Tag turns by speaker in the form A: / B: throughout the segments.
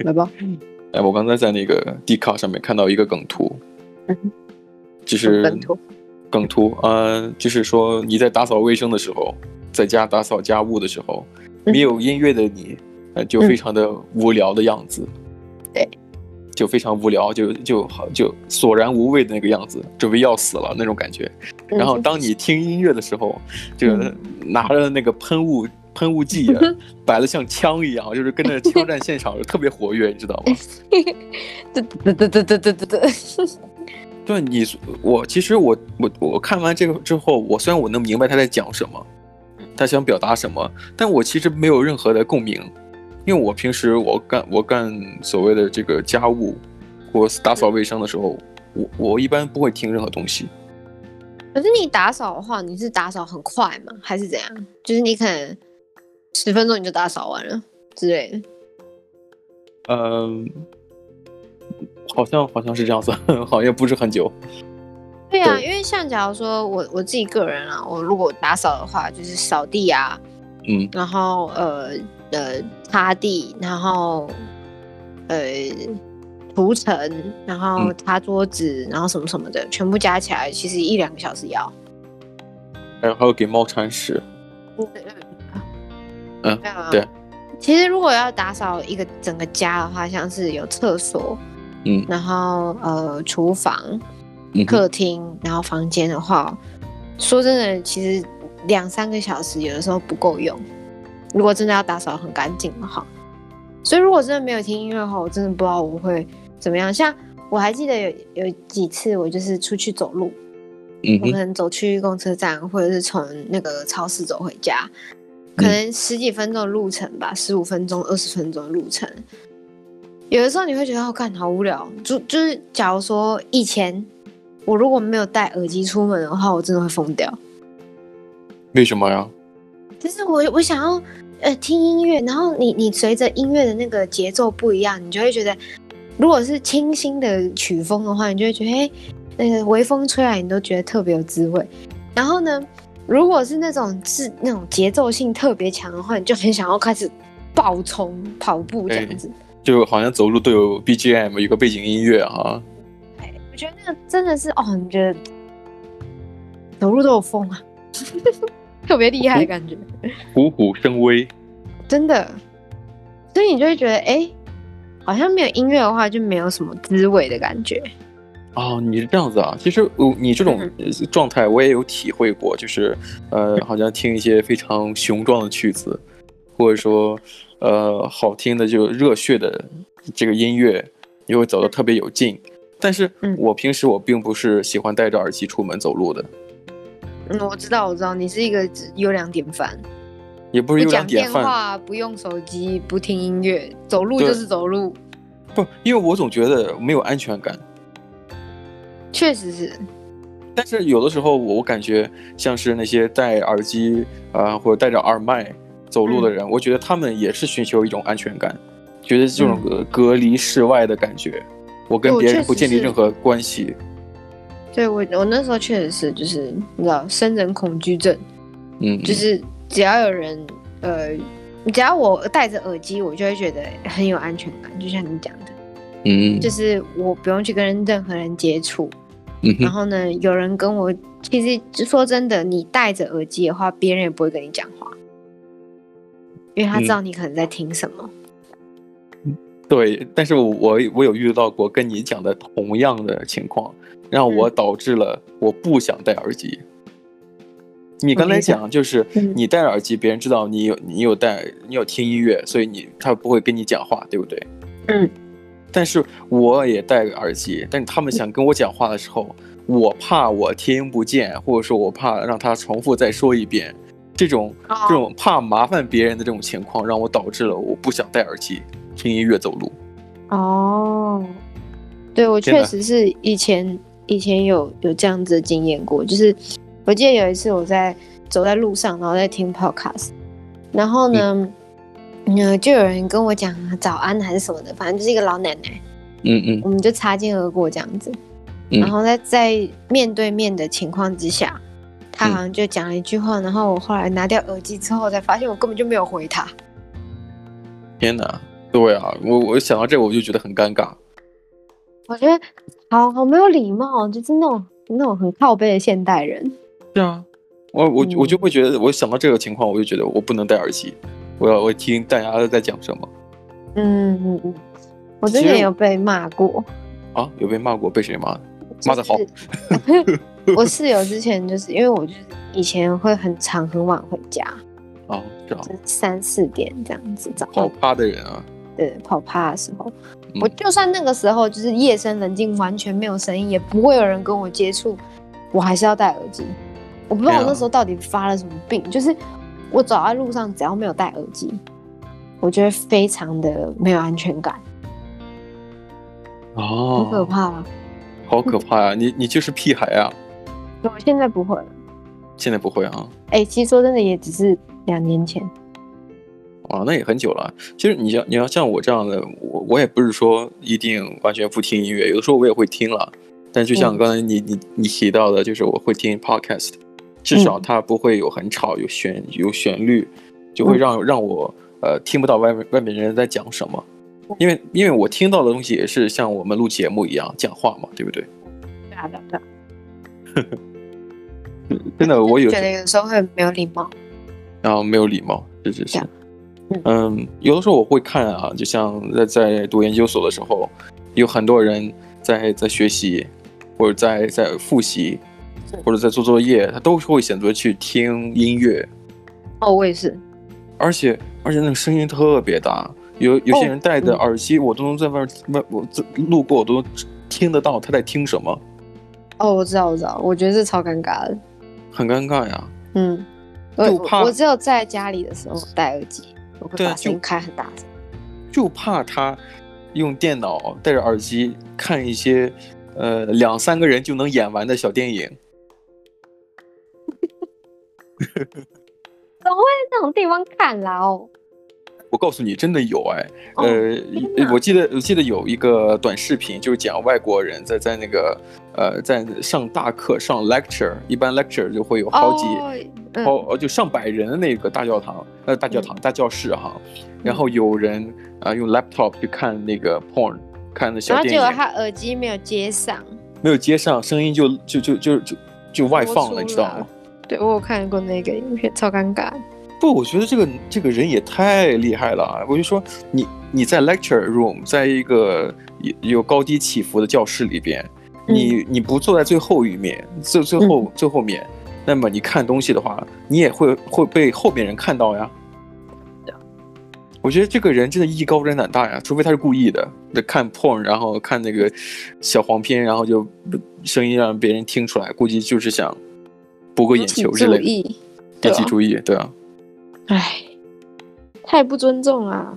A: 来吧，
B: 哎，我刚才在那个 d 卡上面看到一个梗图，
A: 嗯
B: 就是
A: 本土
B: 梗图，呃，就是说你在打扫卫生的时候，在家打扫家务的时候，
A: 嗯
B: 没有音乐的你，呃，就非常的无聊的样子，
A: 对，
B: 就非常无聊，就就好就索然无味的那个样子，准备要死了那种感觉。然后当你听音乐的时候，就
A: 嗯
B: 拿着那个喷雾喷雾剂 啊摆的像枪一样，就是跟着枪战现场特别活跃，你知道吗？
A: 对对对对对对对对，
B: 对你，我其实我我我看完这个之后，我虽然我能明白他在讲什么，他想表达什么，但我其实没有任何的共鸣，因为我平时我干我干所谓的这个家务，我打扫卫生的时候，我我一般不会听任何东西。
A: 可是你打扫的话，你是打扫很快吗？还是怎样？就是你可能十分钟你就打扫完了之类的。
B: 嗯，好像好像是这样子， 好像不是很久。
A: 对啊，
B: 对
A: 因为像假如说我我自己个人啊，我如果打扫的话，就是扫地啊，
B: 嗯
A: 然后呃呃擦地，然后呃除尘，然后
B: 嗯
A: 擦桌子，然后什么什么的，全部加起来其实一两个小时要。
B: 还有还有给猫铲屎，嗯
A: 对啊
B: 对。
A: 其实如果要打扫一个整个家的话，像是有厕所，
B: 嗯
A: 然后呃厨房、
B: 嗯哼，
A: 客厅，然后房间的话，说真的，其实两三个小时有的时候不够用。如果真的要打扫很干净的话，所以如果真的没有听音乐的话，我真的不知道我会怎么样。像我还记得有有几次，我就是出去走路，
B: 嗯
A: 我可
B: 哼，
A: 能走去公车站，或者是从那个超市走回家，可
B: 嗯
A: 能十几分钟的路程吧，十五分钟、二十分钟的路程。有的时候你会觉得哦，干好无聊。就就是，假如说以前我如果没有戴耳机出门的话，我真的会疯掉。
B: 为什么呀？
A: 就是我我想要呃听音乐，然后你你随着音乐的那个节奏不一样，你就会觉得，如果是清新的曲风的话，你就会觉得哎、诶那个微风吹来，你都觉得特别有滋味。然后呢，如果是那种是那种节奏性特别强的话，你就很想要开始暴冲跑步这样子。
B: 就好像走路都有 BGM，有个背景音乐啊。
A: 我觉得那个真的是哦，你觉得 走路都有风啊， 特别厉害的感觉。
B: 虎虎生威。
A: 真的，所以你就会觉得，哎、好像没有音乐的话就没有什么滋味的感觉。
B: 哦，你是这样子啊？其实我你这
A: 嗯
B: 种呃状态我也有体会过，就是呃，好像听一些非常雄壮的曲子，或者说呃好听的就热血的这个音乐，你会走得特别有劲。但是
A: 嗯
B: 我平时我并不是喜欢戴着耳机出门走路的，
A: 嗯，我知道，我知道，你是一个优良典范，
B: 也不
A: 不
B: 是有
A: 讲
B: 两
A: 电
B: 典范，
A: 话，不用手机，不听音乐，走路
B: 对
A: 就是走路，
B: 不，因为我总觉得没有安全感。
A: 确实是。
B: 但是有的时候我我感觉像是那些戴耳机啊、呃或者戴着耳麦走路
A: 嗯
B: 的人，我觉得他们也是寻求一种安全感，觉得这种隔隔离世外的感觉，我跟
A: 嗯对
B: 别
A: 确
B: 人
A: 实
B: 不建立
A: 是
B: 任何关系。
A: 对我，我那时候确实是，就是你知道，生人恐惧症，
B: 嗯，
A: 就是只要有人，呃，只要我戴着耳机，我就会觉得很有安全感，就像你讲的，
B: 嗯
A: 就是我不用去跟任何人接触，
B: 嗯
A: 然
B: 哼，
A: 后呢，有人跟我，其实说真的，你戴着耳机的话，别人也不会跟你讲话，因为他知道你可能在听什么。
B: 对。但是我我我有遇到过跟你讲的同样的情况，让
A: 嗯
B: 我导致了我不想戴耳机。你刚才
A: 没事
B: 讲就是
A: 嗯
B: 你戴着耳机，别人知道你有你有戴你有听音乐，所以你他不会跟你讲话，对不对？
A: 嗯，
B: 但是我也戴个耳机，但是他们想跟我讲话的时候，我怕我听不见，或者说我怕让他重复再说一遍，这种
A: 哦
B: 这种怕麻烦别人的这种情况，让我导致了我不想戴耳机听音乐走路。
A: 哦，对啊我
B: 天哪
A: 确实是以前以前有有这样子的经验过，就是我记得有一次我在走在路上，然后在听 podcast，然后呢，嗯，就有人跟我讲啊早安还是什么的，反正就是一个老奶奶，
B: 嗯嗯
A: 我们就擦肩而过这样子。
B: 嗯
A: 然后在在面对面的情况之下，他
B: 嗯
A: 好像就讲了一句话，然后我后来拿掉耳机之后，才发现我根本就没有回他。
B: 天哪，对啊，我我想到这个我就觉得很尴尬。
A: 我觉得好好没有礼貌，哦就是那种那种很靠背的现代人。
B: 是啊，我我
A: 嗯
B: 我就会觉得，我想到这个情况，我就觉得我不能戴耳机，我要我听大家在讲什么
A: 嗯嗯嗯，我之
B: 其实
A: 前有被骂过，
B: 啊？有被骂过？被谁骂？骂得好
A: 就是 我室友之前就是因为我就是以前会很长很晚回家，
B: 啊，这样
A: 就是三四点这样子早
B: 好
A: 上
B: 趴的人啊，
A: 对跑趴的时候，
B: 嗯
A: 我就算那个时候就是夜深人静，完全没有声音，也不会有人跟我接触，我还是要戴耳机。我不知道
B: 对啊
A: 我那时候到底发了什么病，就是我走在路上只要没有戴耳机，我觉得非常的没有安全感，很可
B: 哦，
A: 怕啊吧？
B: 好可怕呀、你你就是屁孩啊！
A: 我现在不会了。
B: 现在不会啊，
A: 哎、其实说真的，也只是两年前。
B: 啊，那也很久了。其实你要你要像我这样的，我我也不是说一定完全不听音乐，有的时候我也会听了。但就像
A: 嗯
B: 刚才你、你你提到的，就是我会听 podcast，至
A: 嗯
B: 少它不会有很吵、有旋有旋律，就会
A: 嗯
B: 让让我呃听不到外面外面人在讲什么。因为因为我听到的东西也是像我们录节目一样讲话嘛，对不对？
A: 对啊，对啊，对啊。
B: 真的，我有时
A: 觉得有时候会没有礼貌。
B: 然后没有礼貌，是是是
A: 对啊。嗯
B: 嗯，有的时候我会看啊，就像在在读研究所的时候，有很多人在在学习，或者在在复习
A: 对，
B: 或者在做作业，他都会选择去听音乐，
A: 哦，我也是。
B: 而且而且那个声音特别大，有有些人戴的
A: 嗯
B: 耳机，我都能在外外我这路过我都能听得到他在听什么，
A: 哦，我知道，我知道，我觉得这超尴尬的。
B: 很尴尬呀。
A: 嗯，
B: 就
A: 我
B: 怕
A: 我只有在家里的时候戴耳机，我会
B: 对啊
A: 把声音
B: 就
A: 开很大声。
B: 就怕他用电脑戴着耳机看一些，呃，两三个人就能演完的小电影。
A: 怎么会在那种地方看啦？哦，
B: 我告诉你，真的有哎，
A: 哦
B: 呃，
A: 哪
B: 我记得我记得有一个短视频，就是讲外国人在在那个呃在上大课上 lecture，一般 lecture 就会有好几、
A: 嗯
B: 哦，呃就上百人的那个大教堂，呃，大教堂、大教室哈，然
A: 嗯
B: 后有人啊、用 laptop 去看那个 porn，看的
A: 然
B: 小
A: 后
B: 电
A: 结
B: 影，
A: 果他耳机没有接上。
B: 没有接上，声音就就就就就就外放了，你知道吗？
A: 对，我有看过那个影片，超尴尬。
B: 不，我觉得这个这个人也太厉害了啊！我就说你你在 lecture room，在一个有有高低起伏的教室里边，
A: 嗯
B: 你你不坐在最后一面，最最后、最后面，那么你看东西的话，你也会会被后面人看到呀。
A: 啊
B: 我觉得这个人真的艺高人胆大呀，除非他是故意的，那看 porn，然后看那个小黄片，然后就声音让别人听出来，估计就是想博个眼球之
A: 注
B: 类的，
A: 意，对
B: 引
A: 啊
B: 起注意，对啊。
A: 唉，太不尊重啦。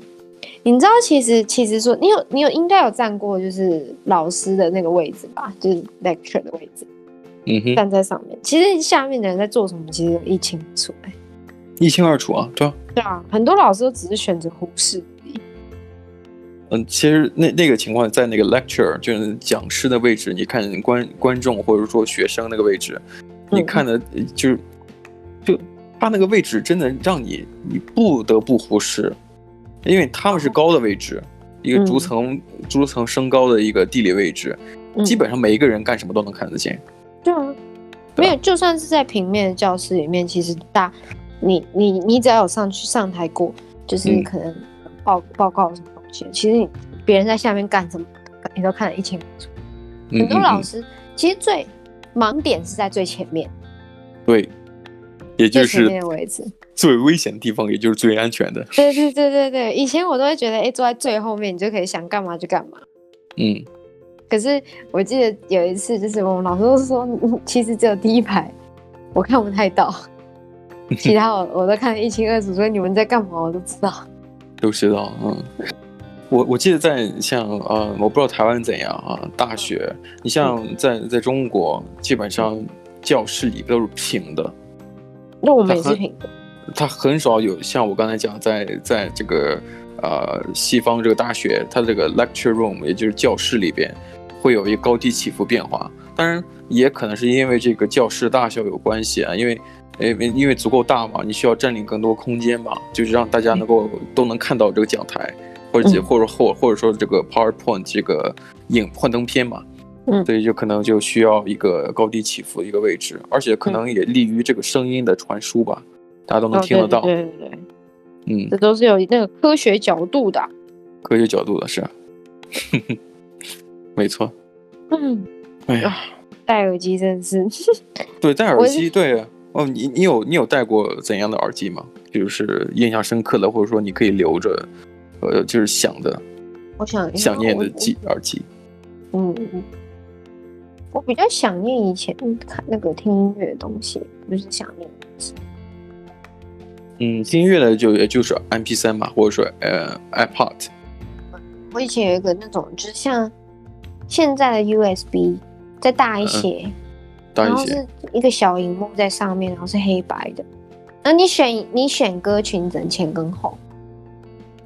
A: 你知道，其实其实说，你有你有应该有站过就是老师的那个位置吧，就是 lecture 的位置，
B: 嗯哼，
A: 站在上面。其实下面的人在做什么，其实一清二楚、欸。
B: 一清二楚啊，对啊，
A: 对啊，很多老师都只是选择忽视而已。
B: 嗯，其实那那个情况在那个 lecture 就是讲师的位置，你看观观众或者说学生那个位置，你
A: 嗯
B: 看的呃就是就他那个位置真的让你你不得不忽视，因为他们是高的位置，一个
A: 嗯
B: 逐层逐层升高的一个地理位置，
A: 嗯
B: 基本上每一个人干什么都能看得见。
A: 对啊，
B: 对
A: 没
B: 啊
A: 有，就算是在平面的教室里面，其实大，你你你只要有上去上台过，就是
B: 嗯
A: 可能报、报告什么东西，其实你别人在下面干什么，你都看得一清二楚。很多
B: 嗯嗯嗯
A: 老师、其实最盲点是在最前面，
B: 对，也就
A: 最前
B: 是
A: 面的位置。
B: 最危险的地方，也就是最安全的。
A: 对对对对对，以前我都会觉得，哎、坐在最后面，你就可以想干嘛就干嘛。
B: 嗯，
A: 可是我记得有一次，就是我们老师都说，嗯其实只有第一排我看不太到，其 他我我都看得一清二楚，所以你们在干嘛我都知道。
B: 都知道，嗯。我我记得在像呃，我不知道台湾怎样啊，大学，你像在在中国，基本上教室椅都是平的，
A: 那我们 也是平等，
B: 它很少有像我刚才讲，在在这个呃西方这个大学，它这个 lecture room 也就是教室里边，会有一个高低起伏变化。当然，也可能是因为这个教室大小有关系啊，因为因为因为足够大嘛，你需要占领更多空间嘛，就是让大家能够都能看到这个讲台，或者
C: 嗯
B: 或者或或者说这个 PowerPoint 这个影幻灯片嘛，
C: 嗯
B: 所以就可能就需要一个高低起伏的一个位置，而且可能也利于这个声音的传输吧，大家都能
A: 哦
B: 听得到，
A: 对对对对，
B: 嗯，
A: 这都是有那个科学角度的啊。
B: 科学角度的是， 没错，
A: 嗯，
B: 哎呀。
A: 戴耳机真是，
B: 对，戴耳
A: 我
B: 机，对，哦，你你有你有戴过怎样的耳机吗？就是印象深刻的，或者说你可以留着，呃，就是想的
A: 我想一下
B: 想念的
A: 我
B: 机耳机。
A: 嗯，嗯我比较想念以前看那个听音乐的东西，不是想念。
B: 嗯，听音乐的就也就是 M P 三嘛，或者说呃 iPod。
A: 我以前有一个那种，就是像现在的 USB 再大一
B: 嗯
A: 些，
B: 大
A: 然
B: 一
A: 后
B: 些，
A: 是一个小荧幕在上面，然后是黑白的。那你选你选歌曲，你只能前跟后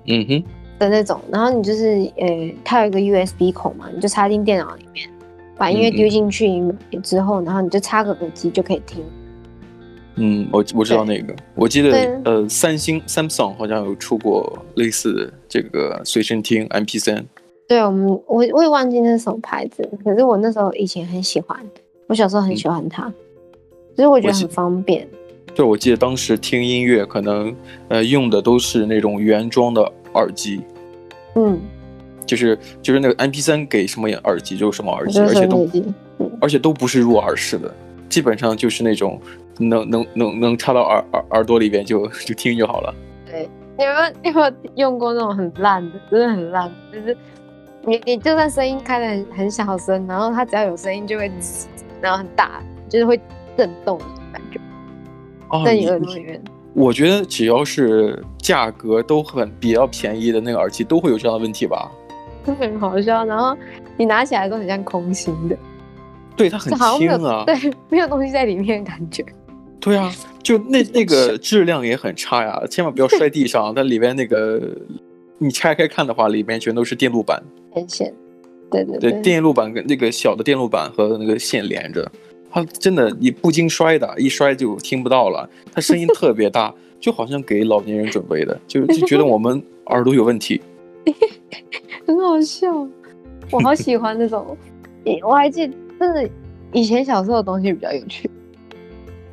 B: 嗯哼，
A: 的那种，然后你就是呃，它有一个 USB 孔嘛，你就插进电脑里面，把音乐
B: 嗯嗯
A: 丢进去之后，然后你就插个耳机就可以听。
B: 嗯，我我知道那个，我记得
A: 对
B: 呃，三星 Samsung 好像有出过类似的这个随身听 M P 三。
A: 对我们，我我也忘记那是什么牌子，可是我那时候以前很喜欢，我小时候很喜欢它，所以我觉
B: 嗯
A: 得
B: 我记
A: 很方便。
B: 对，我记得当时听音乐可能呃用的都是那种原装的耳机，
A: 嗯，
B: 就是就是那个 MP 3给什么耳机就是什么耳
A: 我
B: 机，
A: 就
B: 而
A: 是
B: 且
A: 耳
B: 都
A: 机，
B: 而且都不是入耳式的，基本上就是那种能能能能插到耳耳耳朵里边就就听就好了。
A: 对，你有没有你有没有用过那种很烂的，真的很烂，就是你你就算声音开的很很小声，然后它只要有声音就会吱，然后很大，就是会震动的感觉，
B: 啊，
A: 在
B: 你
A: 你耳朵里面。
B: 我觉得只要是价格都很比较便宜的那个耳机，都会有这样的问题吧？
A: 就很好笑，然后你拿起来都很像空心的，
B: 对，它很
A: 就好像没
B: 轻
A: 有、
B: 啊，
A: 对，没有东西在里面的感觉。
B: 对啊，就那那个质量也很差呀，千万不要摔地上。它里边那个你拆开看的话，里面全都是电路板，
A: 天线，对对
B: 对，电路板跟那个小的电路板和那个线连着，它真的你不经摔的，一摔就听不到了。它声音特别大，就好像给老年人准备的，就就觉得我们耳朵有问题。
A: 很好笑。我好喜欢那种， 诶我还记得，真的以前小时候的东西比较有趣，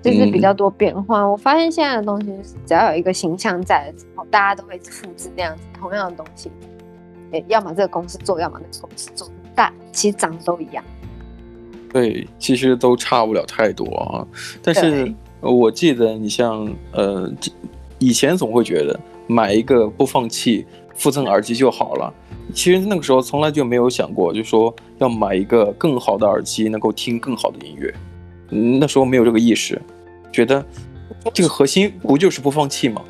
A: 就是比较多变化。我发现现在的东西，只要有一个形象在了之后，大家都会复制那样子同样的东西，诶要么这个公司做，要么那个公司做，但其实长得都一样。
B: 对，其实都差不了太多啊。但是
A: 对
B: 呃我记得你像呃，这以前总会觉得买一个播放器附赠耳机就好了。其实那个时候从来就没有想过，就说要买一个更好的耳机，能够听更好的音乐。嗯那时候没有这个意识，觉得这个核心不就是播放器吗？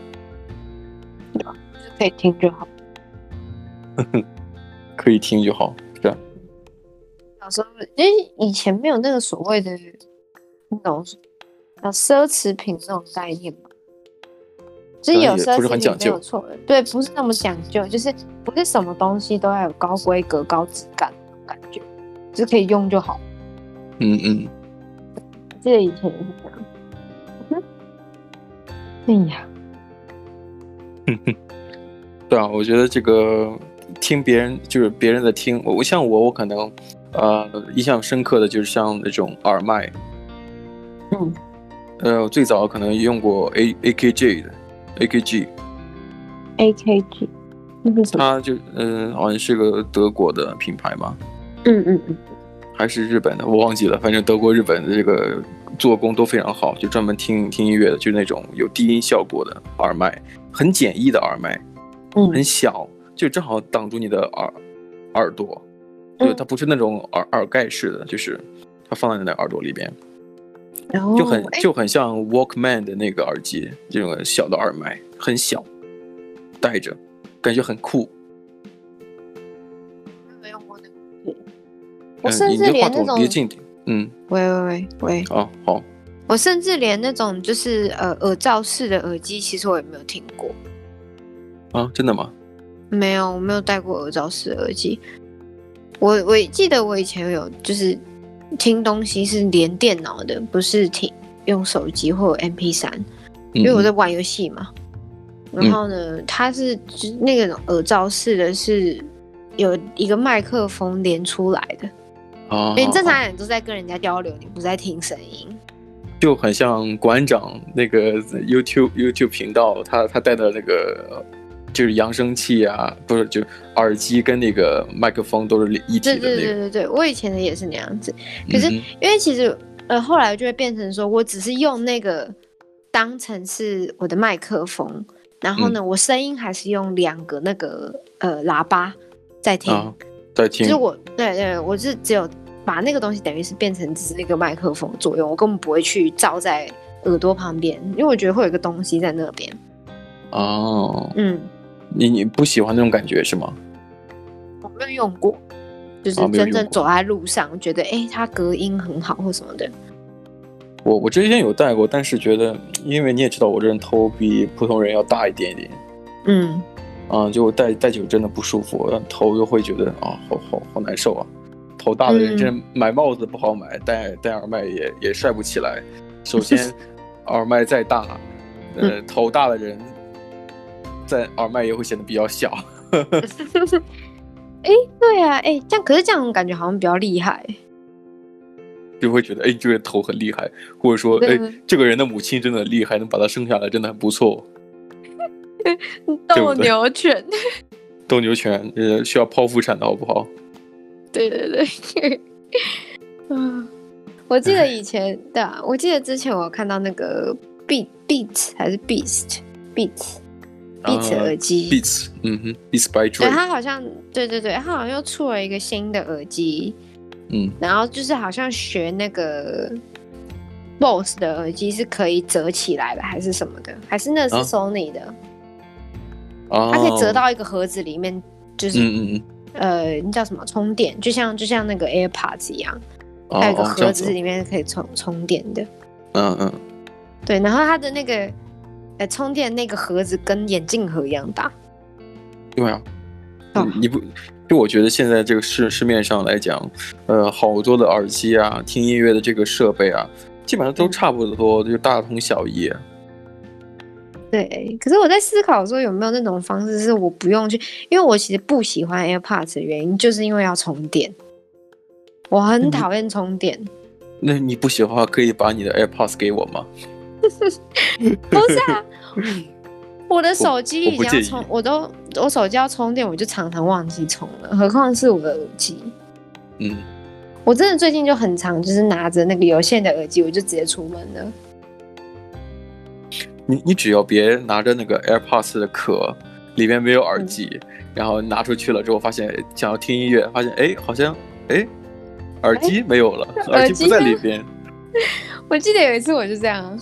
A: 就是可以听就好。
B: 可以听就好。是啊，
A: 小时候，因为以前没有那个所谓的那种呃奢侈品那种概念嘛，就是
B: 可能
A: 有
B: 也
A: 奢
B: 不是
A: 侈
B: 很
A: 品
B: 讲
A: 没有
B: 究
A: 错，对，不是那么讲究，就是不是什么东西都要有高规格、高质感那种感觉，就是可以用就好。
B: 嗯嗯，
A: 我记得以前也是这样。嗯哎呀，
B: 对啊，我觉得这个听别人就是别人的听，我我像我我可能呃印象深刻的就是像那种耳麦，
A: 嗯，
B: 呃，我最早可能用过 A A K G 的 A K G，
A: A K G，那个什么，
B: 它就嗯、好像是个德国的品牌吧，
A: 嗯嗯嗯，
B: 还是日本的，我忘记了，反正德国日本的这个做工都非常好，就专门听听音乐的，就是那种有低音效果的耳麦，很简易的耳麦，
A: 嗯
B: 很小，就正好挡住你的耳耳朵，对，
A: 嗯
B: 它不是那种耳耳盖式的，就是它放在你的耳朵里边，
A: 然后
B: 就很
A: 哎
B: 就很像 Walkman 的那个耳机，这种小的耳麦，很小，戴着感觉很酷。
A: 没有过那个，我
B: 嗯，
A: 甚
B: 你
A: 至
B: 这话
A: 连那
B: 筒
A: 种
B: 离近点。嗯，
C: 喂喂喂喂，
B: 哦，好，
C: 我甚至连那种就是呃耳罩式的耳机，其实我也没有听过，
B: 啊，真的吗？
C: 没有，我没有戴过耳罩式耳机。我我记得我以前有就是听东西是连电脑
B: 嗯
C: 的，不是听用手机或 MP 三，因为我在玩游戏嘛。
A: 然后呢，它是那个耳罩式的是有一个麦克风连出来的，
B: 啊，
A: 因为正常人都在跟人家交流，你不在听声音。
B: 就很像馆长那个 YouTube YouTube 频道，他他带的那个就是扬声器啊，不是就耳机跟那个麦克风都是一体
A: 对
B: 的
A: 对
B: 那
A: 对
B: 个。
A: 对对，我以前的也是那样子，可是
B: 嗯哼
A: 因为其实呃后来就会变成说我只是用那个当成是我的麦克风，然后呢，
B: 嗯
A: 我声音还是用两个那个呃喇叭在听，
B: 啊，在
A: 就
B: 听
A: 是我对对，我是只有把那个东西等于是变成只是一个麦克风作用，我根本不会去罩在耳朵旁边，因为我觉得会有一个东西在那边，
B: 哦，
A: 嗯，
B: 你你不喜欢那种感觉是吗？
A: 我没有用过。就是
B: 啊没有
A: 真
B: 用
A: 正
B: 过
A: 走在路上，觉得哎、诶它隔音很好或什么的，
B: 我我之前有戴过，但是觉得，因为你也知道，我这人头比普通人要大一点点，
A: 嗯，
B: 啊，就戴戴久真的不舒服，呃头就会觉得啊，好好好难受啊。头大的人
A: 嗯
B: 真买帽子不好买，戴戴耳麦也也帅不起来。首 先，耳麦再大，呃，
A: 嗯
B: 头大的人，在耳麦也会显得比较小。
A: 哎、对啊，哎、这样可是这样感觉好像比较厉害。
B: 就会觉得，哎，这个头很厉害，或者说，哎
D: 对，
B: 这个人的母亲真的很厉害，能把他生下来真的很不错。
D: 斗牛 犬，
B: 斗牛犬，呃，需要剖腹产的好不好？
D: 对对 对，嗯，我记得以前
B: 哎
D: 对啊，我记得之前我有看到那个 Beat Beat 还是 Beast Beat
B: 啊
D: Beat 耳机
B: Beats，嗯哼，Beats by
A: 对，
B: Dre，
A: 他好像，对对对，他好像又出了一个新的耳机，
B: 嗯，
A: 然后就是好像学那个 BOSS 的耳机是可以折起来的，还是什么的，还是那是
B: 啊
A: Sony 的，
B: 啊，
A: 它可以折，到一个盒子里面，就是、
B: 嗯嗯嗯，
A: 呃，那叫什么充电，就像就像那个 AirPods 一样，
B: 哦
A: 还有一个
B: 哦这样
A: 盒
B: 子
A: 子里面可以充充电的。
B: 嗯嗯。
A: 对，然后它的那个呃充电那个盒子跟眼镜盒一样大。
B: 对啊，
A: 哦
B: 你你不，就我觉得现在这个市市面上来讲，呃，好多的耳机啊，听音乐的这个设备啊，基本上都差不多，就大同小异。
A: 对，可是我在思考说有没有那种方式是我不用去，因为我其实不喜欢 AirPods 的原因就是因为要充电，我很讨厌充电。
B: 那你不喜欢的话，可以把你的 AirPods 给我吗？
A: 不是啊，我的手机
B: 我
A: 已
B: 不
A: 经
B: 介
A: 要
B: 意
A: 充，我都我手机要充电，我就常常忘记充了，何况是我的耳机。
B: 嗯，
A: 我真的最近就很常就是拿着那个有线的耳机，我就直接出门了。
B: 你你只要别拿着那个 AirPods 的壳，里面没有耳机，然后拿出去了之后，发现想要听音乐，发现哎，好像哎，耳机没有了，耳
D: 哎耳
B: 机
D: 机
B: 不在
D: 呢
B: 里边。
A: 我记得有一次我就这样啊，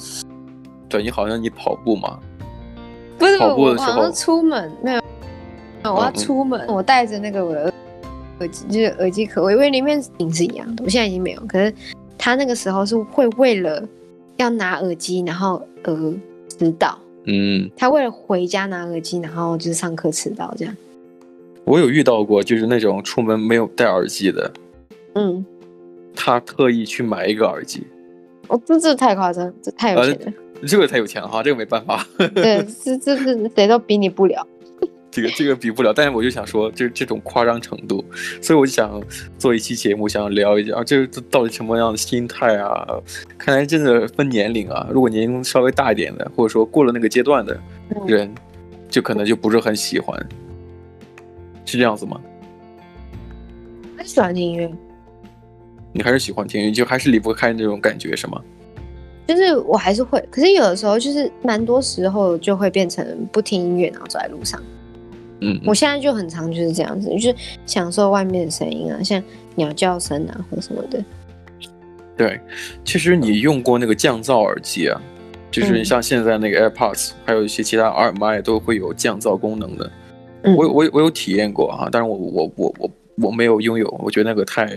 B: 对你好像你跑步嘛，
A: 不是
B: 跑步
A: 我，
B: 的
A: 我
B: 时
A: 好
B: 候
A: 像出门没有，我要
B: 嗯嗯
A: 出门，我带着那个我的耳机，就是耳机壳，我以为里面顶是一样的，我现在已经没有。可是他那个时候是会为了要拿耳机，然后呃迟到，
B: 嗯，
A: 他为了回家拿耳机，然后就是上课迟到这样。
B: 我有遇到过，就是那种出门没有戴耳机的，
A: 嗯，
B: 他特意去买一个耳机，
A: 我这这太夸张，这太有
B: 呃
A: 钱了。
B: 这个才有钱哈，这个没办法，
A: 对，这这这谁都比你不了。
B: 这个这个比不了。但是我就想说，这这种夸张程度，所以我就想做一期节目，想聊一下啊，这这到底什么样的心态啊？看来真的分年龄啊，如果年龄稍微大一点的，或者说过了那个阶段的
A: 嗯
B: 人，就可能就不是很喜欢，是这样子吗？
A: 我很喜欢听音乐，
B: 你还是喜欢听，就还是离不开那种感觉是吗？
A: 就是我还是会，可是有的时候就是蛮多时候就会变成不听音乐，然后走在路上。
B: 嗯，嗯
A: 我现在就很常就是这样子，就是享受外面的声音啊，像鸟叫声啊或什么的。
B: 对，其实你用过那个降噪耳机啊，就是
A: 嗯
B: 像现在那个 AirPods，、还有一些其他耳麦都会有降噪功能的。
A: 嗯
B: 我有我有我有体验过啊，但是我我我我我没有拥有，我觉得那个太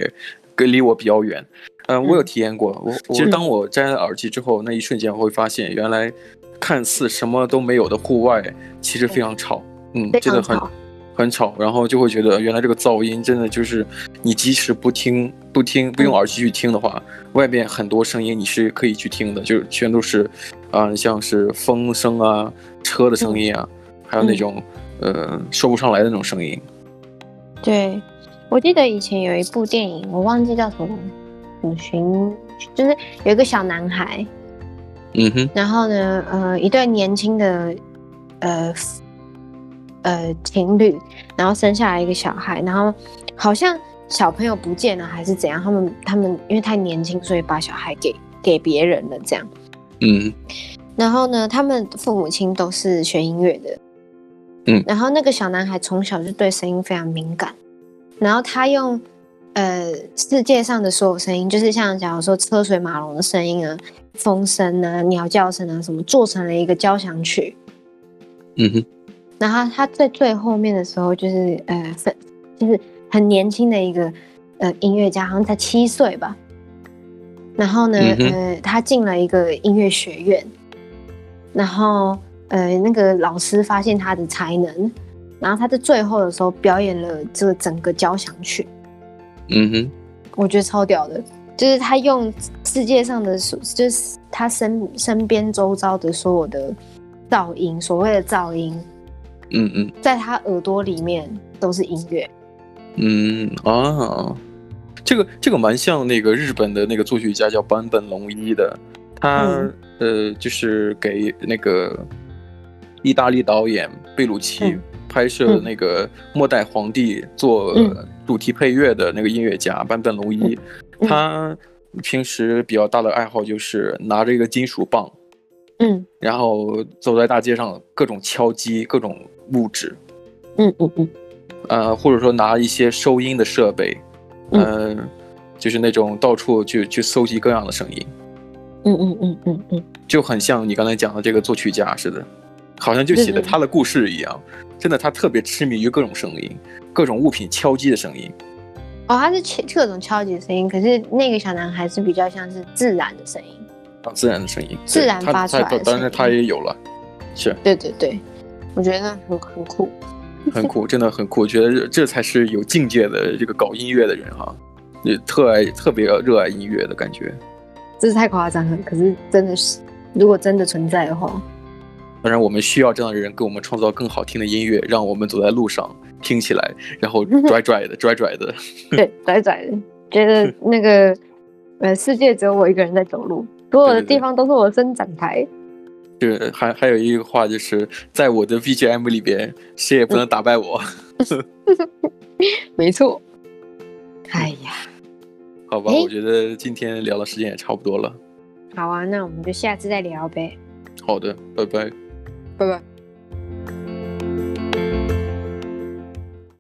B: 跟离我比较远。嗯，我有体验过。我其实当我摘了耳机之后，那一瞬间我会发现，原来看似什么都没有的户外，其实非常吵。嗯，
A: 非
B: 真的
A: 常
B: 很
A: 吵
B: 很吵，然后就会觉得原来这个噪音真的就是你即使不听不听不
A: 嗯
B: 用耳机去听的话，外面很多声音你是呃可以去听的，就是全都是，啊、像是风声啊、车的声音啊，还
A: 嗯
B: 有那种、呃说不上来的那种声音。
A: 对，我记得以前有一部电影，我忘记叫什么，什么寻，就是有一个小男孩，
B: 嗯哼，
A: 然后呢，呃，一对年轻的，呃，呃情侣，然后生下来一个小孩，然后好像小朋友不见了还是怎样，他们他们因为太年轻，所以把小孩给给别人了这样。
B: 嗯
A: 然后呢，他们父母亲都是学音乐的，
B: 嗯
A: 然后那个小男孩从小就对声音非常敏感，然后他用呃世界上的所有声音，就是像假如说车水马龙的声音啊、风声啊、鸟叫声啊什么，做成了一个交响曲，
B: 嗯哼，
A: 然后他在最后面的时候，就是呃，分就是很年轻的一个呃音乐家，好像才七岁吧。然后呢，
B: 嗯哼
A: 呃，他进了一个音乐学院，然后呃，那个老师发现他的才能，然后他在最后的时候表演了这个整个交响曲，
B: 嗯哼，
A: 我觉得超屌的，就是他用世界上的所，就是他身身边周遭的所有的噪音，所谓的噪音，
B: 嗯嗯
A: 在他耳朵里面都是音乐。
B: 嗯啊，这个这个蛮像那个日本的那个作曲家叫坂本龙一的，他、
A: 嗯
B: 呃就是给那个意大利导演贝鲁奇
A: 嗯
B: 拍摄的那个《末代皇帝》做
A: 嗯
B: 主题配乐的那个音乐家坂本龙一，
A: 嗯
B: 他平时比较大的爱好就是拿着一个金属棒，
A: 嗯
B: 然后走在大街上各种敲击各种物质，
A: 嗯嗯嗯
B: 呃，或者说拿一些收音的设备，
A: 嗯
B: 嗯、就是那种到处去去搜集各样的声音，
A: 嗯嗯嗯嗯嗯，
B: 就很像你刚才讲的这个作曲家似的，好像就写的
A: 嗯嗯
B: 他的故事一样。真的，他特别痴迷于各种声音，各种物品敲击的声音。
A: 哦，它是敲各种敲击的声音，可是那个小男孩是比较像是自然的声音。
B: 啊，自然的声音，
A: 自然
B: 对他
A: 发出来的
B: 他当
A: 声
B: 然
A: 音
B: 他也有了，是
A: 对对对，我觉得那很很酷。
B: 很酷，真的很酷。我觉得这才是有境界的这个搞音乐的人哈，也特爱特别热爱音乐的感觉。
A: 这是太夸张了，可是真的是，如果真的存在的 话，
B: 当然，我们需要这样的人给我们创造更好听的音乐，让我们走在路上听起来，然后拽拽的，拽拽的。
A: 对，拽拽的，觉得那 个呃世界只有我一个人在走路，所有的
B: 对对对
A: 地方都是我的生长台。
B: 就是还还有一个话，就是在我的 BGM 里边，谁也不能打败我，
A: 没错。哎呀，
B: 好吧？
A: 诶
B: 我觉得今天聊的时间也差不多了。
A: 好啊，那我们就下次再聊呗，
B: 好的，拜拜。
A: 拜拜。